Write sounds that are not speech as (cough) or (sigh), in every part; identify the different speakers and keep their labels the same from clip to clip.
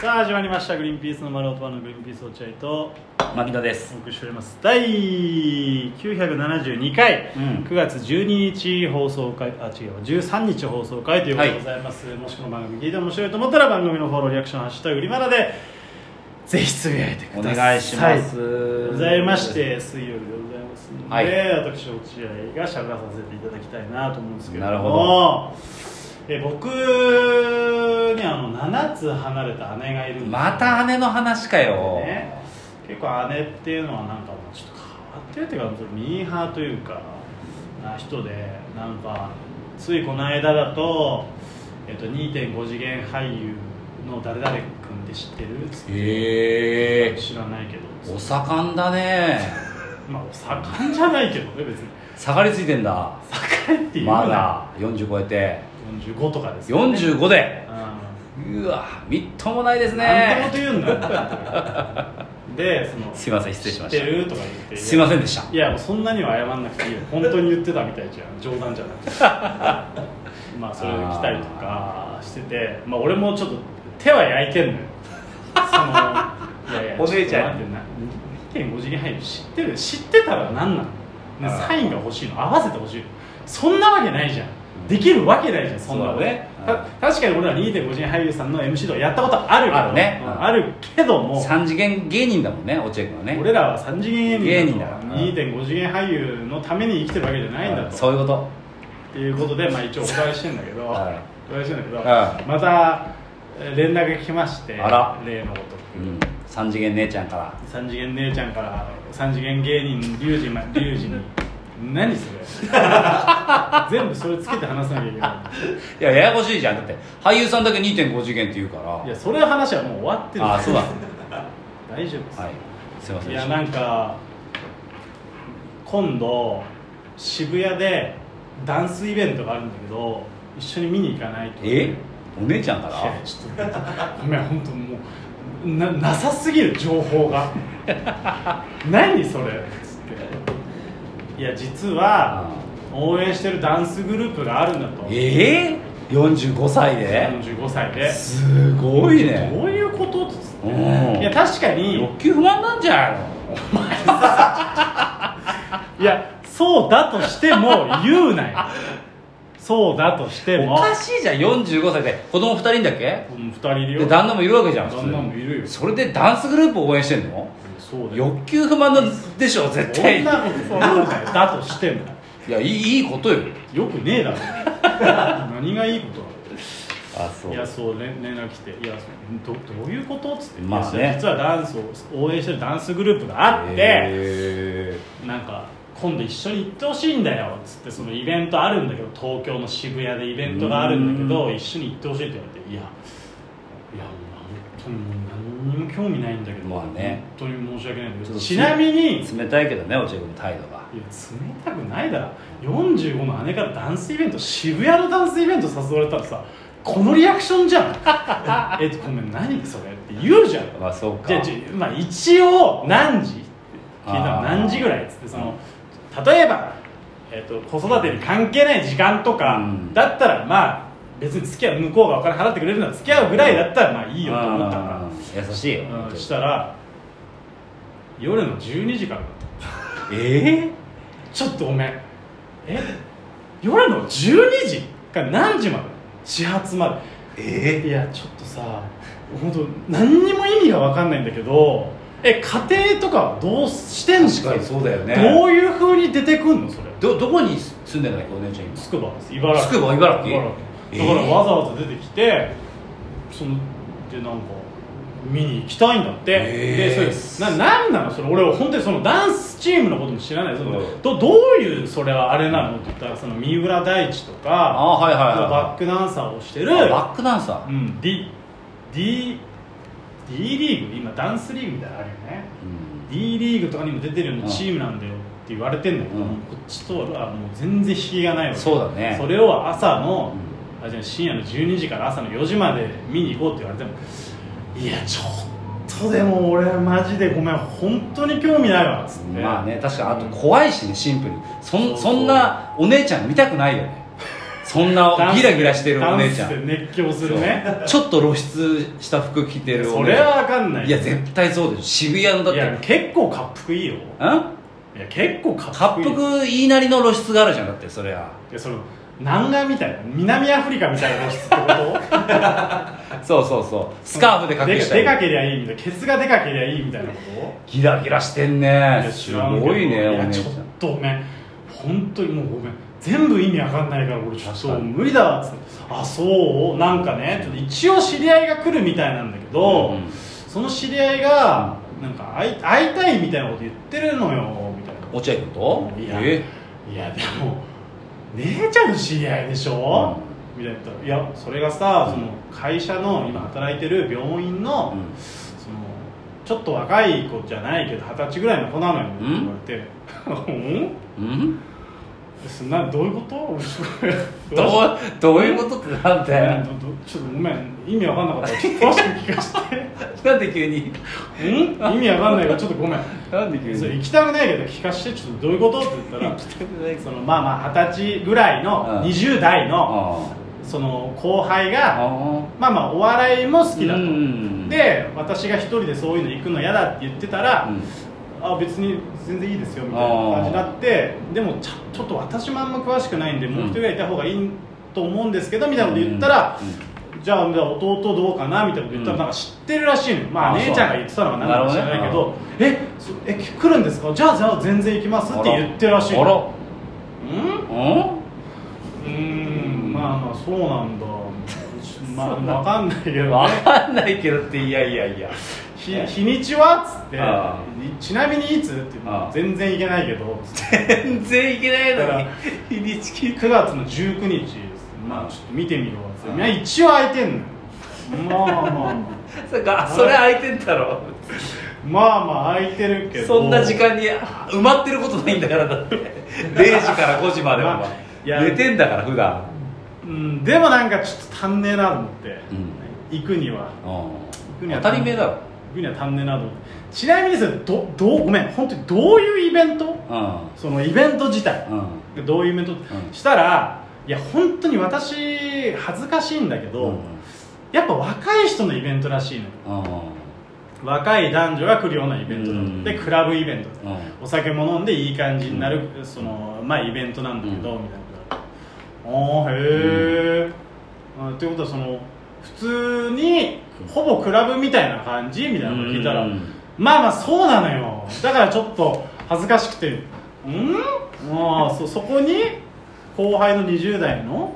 Speaker 1: さあ始まりました「グリーンピースの丸男のグリーンピース落合」と
Speaker 2: 牧野で
Speaker 1: お
Speaker 2: す
Speaker 1: 送りしております第972回、
Speaker 2: うん
Speaker 1: 9月12日放送回あ違う13日放送回ということでございます、もしこの番組聞いて面白いと思ったら番組のフォローリアクション「ハッシュタググリマナ」でぜひつぶやいてく
Speaker 2: お
Speaker 1: ださい
Speaker 2: 願いします、
Speaker 1: ございまして水曜日でございますので、
Speaker 2: はい
Speaker 1: 私落合がしゃべらさせていただきたいなと思うんですけれども
Speaker 2: なるほど
Speaker 1: え僕にあの7つ離れた姉がいるんですよ
Speaker 2: また姉の話かよ、
Speaker 1: ね、結構姉っていうのはなんかもうちょっと変わってるっていうかミーハーというかな人でなんかついこの間だと、えっと、2.5次元俳優の誰々君って知ってるつって
Speaker 2: へえ
Speaker 1: 知らないけど
Speaker 2: お盛んだね
Speaker 1: まあお盛んじゃないけどね別に
Speaker 2: 下がりついてんだ
Speaker 1: 盛んっていうの
Speaker 2: ま
Speaker 1: は
Speaker 2: だ40超えて
Speaker 1: 45とかですよね
Speaker 2: 45で
Speaker 1: うん
Speaker 2: うわみっともないです
Speaker 1: 何
Speaker 2: ね
Speaker 1: でもと言うんだでその
Speaker 2: すいません失礼しまし
Speaker 1: 知ってるとか言って
Speaker 2: たすいませんでした
Speaker 1: いやもうそんなには謝んなくていいよ本当に言ってたみたいじゃん冗談じゃなくて
Speaker 2: (laughs)
Speaker 1: まあそれで来たりとかしててまあ俺もちょっと手は焼いてんのよ
Speaker 2: (laughs)
Speaker 1: そのいやいや
Speaker 2: お姉ちゃん
Speaker 1: ょっと待ってな2.5次元俳優知ってる知ってたら何なの、
Speaker 2: あ
Speaker 1: ね、
Speaker 2: ー
Speaker 1: サインが欲しいの合わせて欲しいのそんなわけないじゃんできるわけないじゃんそんな
Speaker 2: そ
Speaker 1: こ
Speaker 2: う
Speaker 1: と
Speaker 2: だね
Speaker 1: た確かに俺ら2.5次元俳優さんの MC とかやったことあるけど
Speaker 2: あるね
Speaker 1: う
Speaker 2: うん
Speaker 1: んあるけども
Speaker 2: 3次元芸人だもんね落合君はね
Speaker 1: 俺らは3次元
Speaker 2: 芸
Speaker 1: 芸
Speaker 2: 人
Speaker 1: 人
Speaker 2: だ
Speaker 1: だ
Speaker 2: からな
Speaker 1: 2.5次元俳優のために生きてるわけじゃないんだと
Speaker 2: そういうこと
Speaker 1: っていうことで、まあ、一応お伺いしてんだけど、
Speaker 2: はい
Speaker 1: お伺いしてんだけど、
Speaker 2: は
Speaker 1: またえー連絡が来まして
Speaker 2: あら
Speaker 1: 例のこと
Speaker 2: うん3次元姉ちゃんから
Speaker 1: 3次元姉ちゃんから3次元芸人リュウジまリュウジに何
Speaker 2: (laughs)
Speaker 1: それ全部それつけて話さなきゃいけない
Speaker 2: やややこしいじゃんだって俳優さんだけ2.5次元って言うから
Speaker 1: いいやそれの話はもう終わってる
Speaker 2: あそうだ
Speaker 1: 大丈夫です、
Speaker 2: はいすいません
Speaker 1: い
Speaker 2: で
Speaker 1: や
Speaker 2: し
Speaker 1: な
Speaker 2: た
Speaker 1: んか今度渋谷でダンスイベントがあるんだけど一緒に見に行かないと
Speaker 2: えお姉ちゃんか
Speaker 1: いや
Speaker 2: ら
Speaker 1: ちょっとごめん本当もうななさすぎる情報が (laughs) 何それつっていや実は応援してるダンスグループがあるんだと
Speaker 2: えー、45歳で
Speaker 1: 45歳です
Speaker 2: ごいね
Speaker 1: どういうことつって
Speaker 2: うん
Speaker 1: いや確かに
Speaker 2: 欲求不満なんじゃないの
Speaker 1: いやそうだとして
Speaker 2: (laughs)
Speaker 1: も言うなよそうだとしても
Speaker 2: おかしいじゃん45歳で子供2人だっけ
Speaker 1: うん2人いるよ
Speaker 2: で旦那もいるわけじゃん普通
Speaker 1: 旦那もいるよ
Speaker 2: それでダンスグループを応援してんの
Speaker 1: そうだよ
Speaker 2: 欲求不満なんでしょ絶
Speaker 1: そん
Speaker 2: 対
Speaker 1: なことなんだよだとしても
Speaker 2: いやいいいいことよ
Speaker 1: よくねえだろ
Speaker 2: (laughs)
Speaker 1: 何がいいことなの
Speaker 2: あそ
Speaker 1: いやそう連連絡来て「いやそうどどういうこと?」っつって、
Speaker 2: まあね
Speaker 1: いや実はダンスを応援してるダンスグループがあって
Speaker 2: へ
Speaker 1: なんか今度一緒に行ってほしいんだよっつってそのイベントあるんだけど東京の渋谷でイベントがあるんだけど一緒に行ってほしいって言われて「いやいや本当にもう何にも興味ないんだけど、
Speaker 2: まあね
Speaker 1: 本当に申し訳ないんだけ
Speaker 2: ちょっと
Speaker 1: どちなみに
Speaker 2: ー冷たいけどね落合君の態度が
Speaker 1: いや冷たくないだろ45の姉からダンスイベント渋谷のダンスイベント誘われたらさこのリアクションじゃん (laughs) えっとごめん何それって言うじゃん
Speaker 2: まあそうか
Speaker 1: じゃあじゃあまあ一応何時って聞いた
Speaker 2: あ
Speaker 1: ら
Speaker 2: ー
Speaker 1: 何時ぐらいっつってその例えば、えっと子育てに関係ない時間とか、
Speaker 2: うん
Speaker 1: だったらまあ別に付き合う向こうがお金払ってくれるなら付き合うぐらいだったらまあいいよと思ったから
Speaker 2: あー優しいよ本
Speaker 1: う
Speaker 2: 当
Speaker 1: ん
Speaker 2: に
Speaker 1: したら夜の12時からだった
Speaker 2: え
Speaker 1: ちょっとごめんえ夜の12時から何時まで始発ま
Speaker 2: ー、え
Speaker 1: でいやちょっとさ本当何にも意味が分かんないんだけどえ家庭とかはどうしてんの
Speaker 2: 確かにそうだよね
Speaker 1: どういうふうに出てくんのそれ
Speaker 2: どどこに住んでんだっけお姉ちゃん今
Speaker 1: つくばです茨城
Speaker 2: つくば茨城
Speaker 1: だから
Speaker 2: えー
Speaker 1: わざわざ出てきて、そのでなんか見に行きたいんだって、
Speaker 2: えー
Speaker 1: でそれななんなのそれ俺本当にそのダンスチームのことも知らないその
Speaker 2: うん
Speaker 1: どどういうそれはあれなのって言ったらその三浦大知と
Speaker 2: あ
Speaker 1: か
Speaker 2: あはいはいはい
Speaker 1: バックダンサーをしてる、
Speaker 2: あバックダンサー、
Speaker 1: うん、D, D, D リーグ今ダンスリーグみたいなのあるよね D リーグとかにも出てるようなチームなんだよって言われてんだけど、
Speaker 2: うん
Speaker 1: もうこっちとはもう全然引きがないわけ
Speaker 2: そうだね
Speaker 1: それを朝の、
Speaker 2: う
Speaker 1: あじゃあ深夜の12時から朝の4時まで見に行こうって言われてもいやちょっとでも俺マジでごめん本当に興味ないわっつって
Speaker 2: まあね確かにあと怖いしねシンプルにそん
Speaker 1: そう
Speaker 2: そんなお姉ちゃん見たくないよねそんなギラギラしてるお姉ちゃ
Speaker 1: ダンス
Speaker 2: ん
Speaker 1: で熱狂するね
Speaker 2: ちょっと露出した服着てる
Speaker 1: そ
Speaker 2: お姉
Speaker 1: れ
Speaker 2: ちゃ
Speaker 1: は分かんなんい
Speaker 2: いや絶対そうでしょ渋谷のだっ
Speaker 1: いや
Speaker 2: て
Speaker 1: 結構恰幅いいよ
Speaker 2: うん
Speaker 1: いや結構恰
Speaker 2: 恰
Speaker 1: 幅いいい
Speaker 2: 幅言いなりの露出があるじゃんだってそりゃ
Speaker 1: やその南岸みたいな南アフリカみたいな露出ってこと
Speaker 2: そうそうそうスカ (laughs) ーフで隠した
Speaker 1: で
Speaker 2: り
Speaker 1: かけりゃいいみたいなケツがでかけりゃいいみたいなこと
Speaker 2: ギラギラして
Speaker 1: い
Speaker 2: んね
Speaker 1: や
Speaker 2: す
Speaker 1: 知らんけど
Speaker 2: ごいねお
Speaker 1: や
Speaker 2: 姉
Speaker 1: ち
Speaker 2: ち
Speaker 1: ょ
Speaker 2: ゃ
Speaker 1: っ
Speaker 2: ん
Speaker 1: とごめん本当にもうごめん全部意味わかんないから俺ちょっ
Speaker 2: 確
Speaker 1: と
Speaker 2: かに
Speaker 1: 無理だわっつってあそうなんかねちょっと一応知り合いが来るみたいなんだけど、
Speaker 2: うん
Speaker 1: その知り合いがなんか会い会いたいみたいなこと言ってるのよみたいな
Speaker 2: 落合君と
Speaker 1: いや
Speaker 2: え
Speaker 1: いやでも姉ちゃんの知り合いでしょ、みたいな言ったらいやそれがさ、その会社の今働いてる病院の、
Speaker 2: うん
Speaker 1: そのちょっと若い子じゃないけど二十歳ぐらいの子なのよって言われて「うん
Speaker 2: うん
Speaker 1: そんなどういうこと?ちょっと」
Speaker 2: どうどういうことってなん
Speaker 1: ど
Speaker 2: だよ
Speaker 1: どちょっとごめん意味わかんなかったちょっと詳しく聞かせて
Speaker 2: なんで急に
Speaker 1: 「うん意味わかんないからちょっとごめん
Speaker 2: なんで急
Speaker 1: それ
Speaker 2: に
Speaker 1: 行きたくないけど聞かせてちょっとどういうこと?」って言ったらそのまあまあ二十歳ぐらいの
Speaker 2: うん
Speaker 1: 20代の
Speaker 2: あ
Speaker 1: その後輩
Speaker 2: あ
Speaker 1: が
Speaker 2: あ
Speaker 1: まあまあお笑いも好きだと
Speaker 2: うん
Speaker 1: で私が一人でそういうの行くの嫌だって言ってた
Speaker 2: あ
Speaker 1: ら、
Speaker 2: うん
Speaker 1: あ別に全然いいですよみたいな感じになってでもちゃちょっと私もあんま詳しくないんでもう一人がいた方がいいと思うんですけどみたいなこと言ったら、
Speaker 2: うん
Speaker 1: じゃあじゃあ弟どうかなみたいなこと言ったら、
Speaker 2: うん
Speaker 1: なんか知ってるらしいのまあ
Speaker 2: あ
Speaker 1: 姉ちゃんが言ってたのか何なのか知らないけ
Speaker 2: なる
Speaker 1: ど
Speaker 2: ほ
Speaker 1: えそえ来るんですかじゃあじゃあ全然行きますって言ってるらしい
Speaker 2: あら
Speaker 1: の
Speaker 2: う
Speaker 1: うんうんんまあまあそうなんだまあ分かんないけど
Speaker 2: (laughs)
Speaker 1: ね
Speaker 2: 分かんないけどっていやいやいや
Speaker 1: 日日にちはっつって
Speaker 2: あ
Speaker 1: 「ちなみにいつ?」って
Speaker 2: ああ
Speaker 1: 「全然行けないけど」つって
Speaker 2: 全然いけない
Speaker 1: だか
Speaker 2: の
Speaker 1: ら
Speaker 2: に日にち聞いて
Speaker 1: 9月の19日です (laughs) まあちょっと見てみろっつっていや一応空いてんのよまあまあまあ
Speaker 2: それかそれ空いてんだろ
Speaker 1: まあまあ空いてるけど
Speaker 2: そんな時間に埋まってることないんだからだって0時から5時までお
Speaker 1: まあいや
Speaker 2: 前寝てんだから普段
Speaker 1: うんでもなんかちょっと足んねえなと思って
Speaker 2: う
Speaker 1: 行くには
Speaker 2: う
Speaker 1: く
Speaker 2: ん
Speaker 1: には
Speaker 2: 当たり前だろ
Speaker 1: 行くには足んねえなと思ってちなみにですよどどうごめん本当にどういうイベント
Speaker 2: う
Speaker 1: そのイベント自体
Speaker 2: んうん
Speaker 1: どういうイベントしたらいや本当に私恥ずかしいんだけど、やっぱ若い人のイベントらしいの
Speaker 2: うん
Speaker 1: 若い男女が来るようなイベントだと
Speaker 2: うん
Speaker 1: でクラブイベント
Speaker 2: うん
Speaker 1: お酒も飲んでいい感じになる、そのまあイベントなんだけど、みたいなああへえ、あってことはその普通にほぼクラブみたいな感じみたいなこと聞いたら、
Speaker 2: うん
Speaker 1: まあまあそうなのよだからちょっと恥ずかしくてうんああそそこに後輩の20代の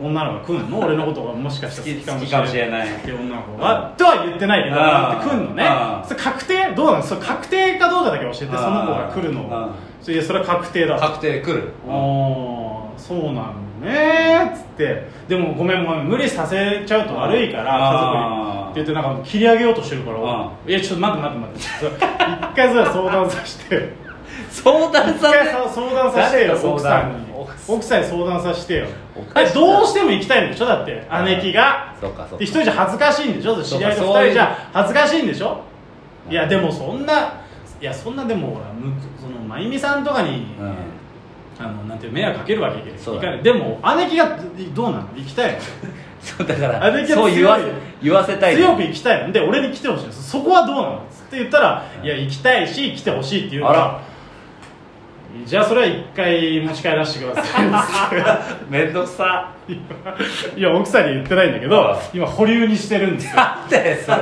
Speaker 1: お女の子が来んの俺のことがもしかしたら
Speaker 2: 好きかもしれない
Speaker 1: って女の子がとは言ってないけど
Speaker 2: あー
Speaker 1: 来んのね
Speaker 2: あー
Speaker 1: それ確定どうなのそれ確定かどうかだけ教えてその子が来る
Speaker 2: あ
Speaker 1: の
Speaker 2: ー
Speaker 1: それいやそれは確定だあ
Speaker 2: 確定来る
Speaker 1: あそうなのねっつってでもごめんごめん無理させちゃうと悪いから家族に
Speaker 2: あー
Speaker 1: って言ってなんかもう切り上げようとしてるから
Speaker 2: あ
Speaker 1: いやちょっと待って待って待ってそれ一回それは相談させ (laughs) て
Speaker 2: 相談
Speaker 1: 一
Speaker 2: さ
Speaker 1: 回
Speaker 2: せ
Speaker 1: さ相談させてよ
Speaker 2: 誰と
Speaker 1: 奥
Speaker 2: 相
Speaker 1: さ
Speaker 2: 談
Speaker 1: んに奥さんに相談させてよ
Speaker 2: 奥さん
Speaker 1: えどうしても行きたいんでしょだって姉貴が
Speaker 2: そうかそう
Speaker 1: で
Speaker 2: か
Speaker 1: 一人じゃ恥ずかしいんでしょ知り合いの
Speaker 2: そうかそう
Speaker 1: 二
Speaker 2: いう
Speaker 1: 人じゃ恥ずかしいんでしょ
Speaker 2: うん
Speaker 1: いやでもそんないやそんなでもほらむその真由美さんとかに、
Speaker 2: うん
Speaker 1: あのなんていう迷惑かけるわけいけない
Speaker 2: そう
Speaker 1: い
Speaker 2: だ
Speaker 1: かないでも姉貴がどどうなの行きたいの
Speaker 2: そうだから
Speaker 1: あれけど
Speaker 2: そう言わせ
Speaker 1: 強いよ
Speaker 2: 言わせたい
Speaker 1: 強く行きたいので俺に来てほしいのそこはどうなのつって言ったら、
Speaker 2: うん
Speaker 1: いや行きたいし来てほしいって言うからじゃあそれは一回持ち帰らせてくださいっつっ
Speaker 2: 面倒くさ (laughs)
Speaker 1: ていや奥さんに言ってないんだけど今保留にしてるんですよ
Speaker 2: だってそれ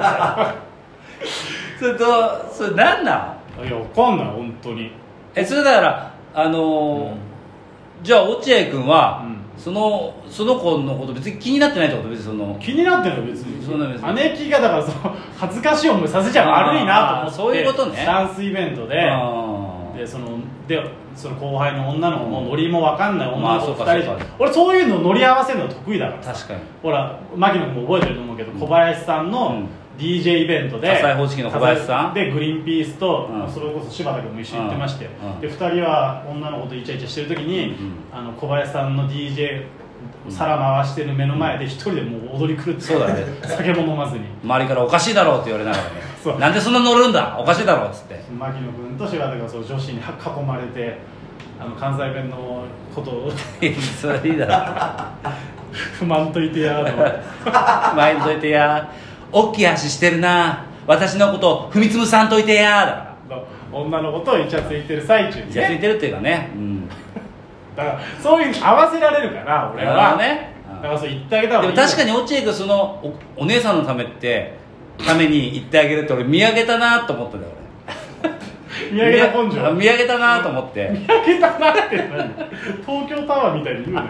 Speaker 2: それとそれなんなん
Speaker 1: いやわかんない本当に
Speaker 2: えそれだからあのーじゃあ落合君は、
Speaker 1: う
Speaker 2: そのその子のこと別に気になってないってこと別にその
Speaker 1: 気になってるの別に
Speaker 2: そうなんですね
Speaker 1: 姉貴がだからその恥ずかしい思いさせちゃ悪いなと思って
Speaker 2: あーそういうことね
Speaker 1: ダンスイベントで
Speaker 2: あー
Speaker 1: でそのでその後輩の女の子もノリも分かんない女の子
Speaker 2: まあ
Speaker 1: 2人
Speaker 2: そうか
Speaker 1: で
Speaker 2: そうか
Speaker 1: 俺そういうの乗り合わせるの得意だから
Speaker 2: 確かに
Speaker 1: ほら牧野君も覚えてると思うけど小林さん
Speaker 2: う
Speaker 1: の
Speaker 2: ん
Speaker 1: DJ イベントで
Speaker 2: 火災報知器の小林さん
Speaker 1: でグリーンピースと
Speaker 2: うん
Speaker 1: それこそ柴田君も一緒に行ってまして
Speaker 2: うん
Speaker 1: で2人は女の子とイチャイチャしてる時に
Speaker 2: うん
Speaker 1: あの小林さんの DJ 皿回してる目の前で一人でもう踊り狂って
Speaker 2: そうだね
Speaker 1: (laughs) 酒も飲まずに
Speaker 2: 周りからおかしいだろうって言われながらね
Speaker 1: (laughs) そう
Speaker 2: なんでそんな乗るんだおかしいだろうっつって
Speaker 1: 牧野君と柴田君はその女子に囲まれてあの関西弁のことを (laughs)
Speaker 2: いや (laughs) それいいだ
Speaker 1: 不満といてやー
Speaker 2: (laughs) ろ前にといてや大きい足してるな私のこと踏みつぶさんといてやだか
Speaker 1: のの女のことをイチャついてる最中
Speaker 2: ら
Speaker 1: に
Speaker 2: イチャつい
Speaker 1: ね
Speaker 2: てるっていうかねうん
Speaker 1: だからそういうの合わせられるから俺
Speaker 2: なる
Speaker 1: は
Speaker 2: ほどね
Speaker 1: だからそう言ってあげた方
Speaker 2: で
Speaker 1: がい
Speaker 2: も
Speaker 1: い
Speaker 2: 確か
Speaker 1: に
Speaker 2: に落合君そのおお姉さんのためってために言ってあげるって俺見上げたなと思ったんだよ
Speaker 1: 見
Speaker 2: 俺
Speaker 1: 上げた根性
Speaker 2: あ見上げたなと思って
Speaker 1: 見上げたなって何東京タワーみたいに言うなよ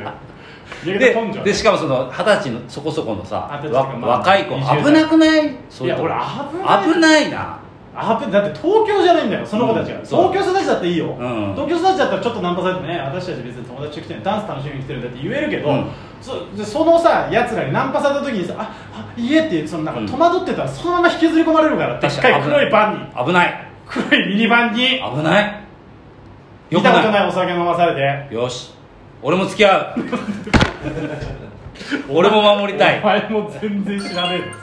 Speaker 1: 見上げ
Speaker 2: で
Speaker 1: た根性
Speaker 2: でしかもその二十歳のそこそこのさ
Speaker 1: 二十歳
Speaker 2: わ
Speaker 1: とかまあ
Speaker 2: 若い子
Speaker 1: 20代
Speaker 2: 危なくないそう
Speaker 1: い
Speaker 2: いう
Speaker 1: や
Speaker 2: とこ
Speaker 1: 俺危ない
Speaker 2: 危ないな
Speaker 1: あぶだって東京じゃないんだよその子たちが、
Speaker 2: うんそう
Speaker 1: 東京育ちだっていいよ、
Speaker 2: ん
Speaker 1: 東京育ちだったらちょっとナンパされてね私たち別に友達と来てねダンス楽しみに来てるんだって言えるけど、
Speaker 2: うん
Speaker 1: そでそのさやつらにナンパされた時にさ「ああいいえ」ってそのな
Speaker 2: うんん
Speaker 1: か戸惑ってたらそのまま引きずり込まれるからでっ
Speaker 2: 確
Speaker 1: か
Speaker 2: か
Speaker 1: い
Speaker 2: に
Speaker 1: 黒いバンに
Speaker 2: 危ない
Speaker 1: 黒いミニバンに
Speaker 2: 危ない
Speaker 1: 見たこと
Speaker 2: い
Speaker 1: ないお酒飲まされて
Speaker 2: よし俺も付き
Speaker 1: (laughs)
Speaker 2: 合う俺も守りたい
Speaker 1: お前も全然知らねえです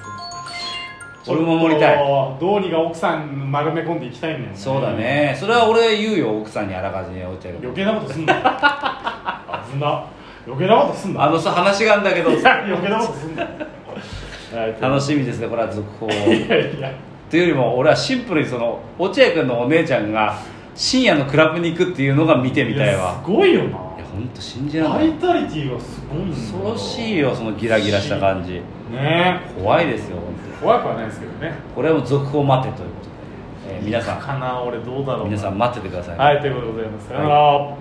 Speaker 2: 俺も守りたい
Speaker 1: どうにか奥さん丸め込んでいきたいんだよね
Speaker 2: そうだねそれは俺言うよ奥さんにあらかじめ落合君
Speaker 1: 余計なことすんな危な余計なことすんな
Speaker 2: (laughs) あのさ話があるんだ
Speaker 1: (laughs)
Speaker 2: けど
Speaker 1: いや余計なことすんな
Speaker 2: 楽
Speaker 1: し
Speaker 2: しみですねこれは続報を
Speaker 1: いやいや
Speaker 2: というよりも俺はシンプルにその落合君のお姉ちゃんが深夜のクラブに行くっていうのが見てみたいわ
Speaker 1: すごいよ
Speaker 2: いや
Speaker 1: な
Speaker 2: 本当信じら
Speaker 1: バ
Speaker 2: れ
Speaker 1: イ
Speaker 2: ない
Speaker 1: タリティがすごいんだよ
Speaker 2: 恐ろしいよそのギラギラした感じ
Speaker 1: ねえ
Speaker 2: 怖いですよ本
Speaker 1: 怖くはないですけどね
Speaker 2: 当これはもう続報待てということで、えー皆さん
Speaker 1: かな俺どうだろうな
Speaker 2: 皆さん待っててください、
Speaker 1: はいということでございますさよなら、
Speaker 2: は